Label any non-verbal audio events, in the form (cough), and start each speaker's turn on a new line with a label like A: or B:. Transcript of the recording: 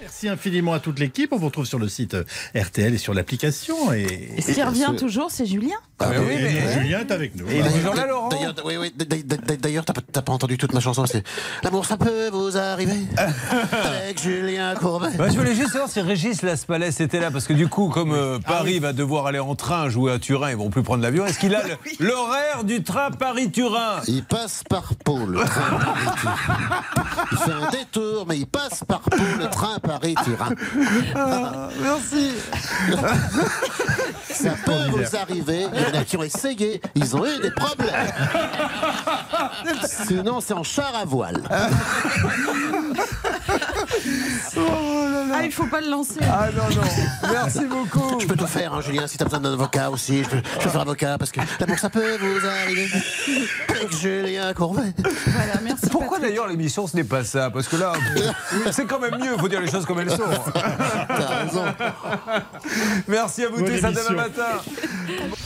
A: Merci infiniment à toute l'équipe. On vous retrouve sur le site euh, RTL et sur l'application. Et...
B: Et ce qui revient toujours, c'est Julien.
A: Ah,
C: mais oui,
A: et-
C: mais-
A: et Julien est avec nous.
C: Et
A: Voilà.
C: il est toujours là, Laurent.
D: D'ailleurs, oui, oui, d'ailleurs, d'ailleurs, d'ailleurs, t'as pas- t'as pas entendu toute ma chanson, c'est L'amour, ça peut vous arriver
C: (laughs)
D: avec Julien Courbet.
C: Bah, je voulais juste savoir si Régis Laspalès était là, parce que du coup, comme euh,
A: Ah
C: Paris va devoir aller en train jouer à Turin, ils vont plus prendre l'avion. Est-ce
A: (laughs)
C: qu'il
A: Ah
C: a le- l'horaire du train Paris-Turin
D: Il passe par Pau, le train Paris-Turin. Il fait un détour, mais il passe par Pau, le train Paris-Turin.
C: Ah,
B: Merci.
D: (laughs) Ça peut vous arriver. Il y en a qui ont essayé, ils ont eu
C: (laughs)
D: des problèmes. Sinon, c'est en char à voile.
B: Ah, il faut pas le lancer.
C: Ah non, non. Merci beaucoup.
D: Je peux tout faire, hein, Julien, si t'as besoin d'un avocat aussi. Je peux, je peux faire avocat parce que l'amour, ça peut vous arriver avec Julien Courbet.
B: Voilà, merci.
C: Pourquoi d'ailleurs l'émission ce n'est pas ça
A: (laughs)
C: Parce que là, c'est quand même mieux, faut dire les choses comme elles sont.
D: T'as raison.
C: Merci à vous
A: Bonne
C: tous, à demain
A: émission.
C: matin.